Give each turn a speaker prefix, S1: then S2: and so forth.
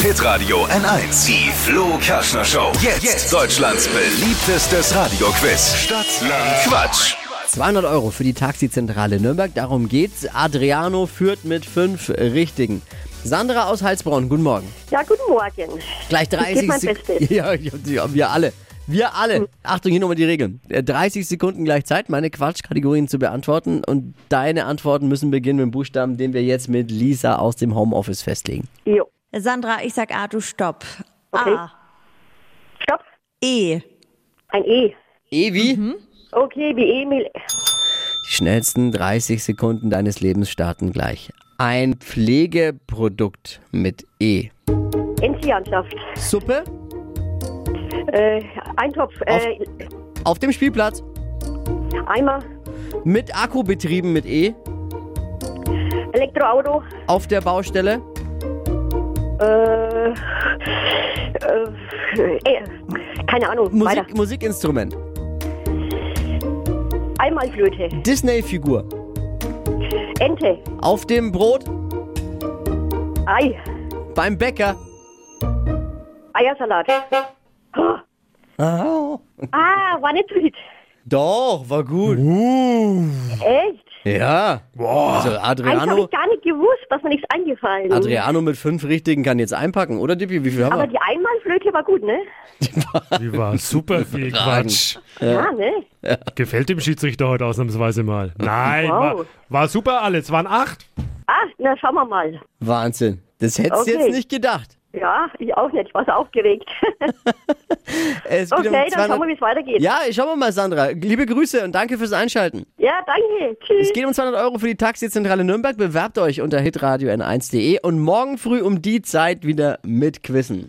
S1: Hitradio N1. Die Flo Kaschner Show. Jetzt, Deutschlands beliebtestes Radioquiz. Stadt, Land, Quatsch.
S2: 200 Euro für die Taxizentrale Nürnberg, darum geht's. Adriano führt mit fünf Richtigen. Sandra aus Heilsbronn, guten Morgen.
S3: Ja, guten Morgen.
S2: Gleich
S3: Ich geb
S2: 30
S3: mein
S2: Sekunden.
S3: Bestes. Hm.
S2: Ja, ja, wir alle. Wir alle. Achtung, hier nochmal die Regeln. Äh, 30 Sekunden gleich Zeit, meine Quatschkategorien zu beantworten. Und deine Antworten müssen beginnen mit dem Buchstaben, den wir jetzt mit Lisa aus dem Homeoffice festlegen.
S3: Jo.
S4: Sandra, ich sag A, du stopp.
S3: Okay.
S4: A,
S3: Stopp.
S4: E.
S3: Ein E.
S2: Evi,
S3: Mhm. Okay, wie Emil.
S2: die schnellsten 30 Sekunden deines Lebens starten gleich. Ein Pflegeprodukt mit E.
S3: Entziehenschaft.
S2: Suppe
S3: Äh, Eintopf. Äh,
S2: auf dem Spielplatz.
S3: Eimer.
S2: Mit Akku betrieben mit E.
S3: Elektroauto.
S2: Auf der Baustelle.
S3: Äh, äh, äh, keine Ahnung. Weiter.
S2: Musik, Musikinstrument.
S3: Einmalflöte.
S2: Disney-Figur.
S3: Ente.
S2: Auf dem Brot.
S3: Ei.
S2: Beim Bäcker.
S3: Eiersalat. Oh. Ah, war nicht so hit.
S2: Doch, war gut.
S3: Echt?
S2: Ja. Also
S3: Eins habe
S2: Adriano,
S3: ich gar nicht gewusst, dass mir nichts eingefallen
S2: Adriano mit fünf Richtigen kann jetzt einpacken, oder Dippi? Wie viel haben
S3: Aber
S2: wir?
S3: die Einmalflöte war gut, ne?
S5: Die war super viel Quatsch.
S3: Ja, ne?
S5: Gefällt dem Schiedsrichter heute ausnahmsweise mal. Nein,
S3: Wow.
S5: war, war super alles. Waren acht.
S3: Ah, na, schauen wir mal.
S2: Wahnsinn. Das hättest du
S3: Okay.
S2: jetzt nicht gedacht.
S3: Ja, ich auch nicht. Ich war so aufgeregt.
S2: Es geht um
S3: Okay, dann
S2: 200
S3: schauen wir, wie es weitergeht.
S2: ja, schauen wir mal, Sandra. Liebe Grüße und danke fürs Einschalten.
S3: Ja, danke. Tschüss.
S2: Es geht um 200 Euro für die Taxizentrale Nürnberg. Bewerbt euch unter hitradio n1.de und morgen früh um die Zeit wieder mit Quizzen.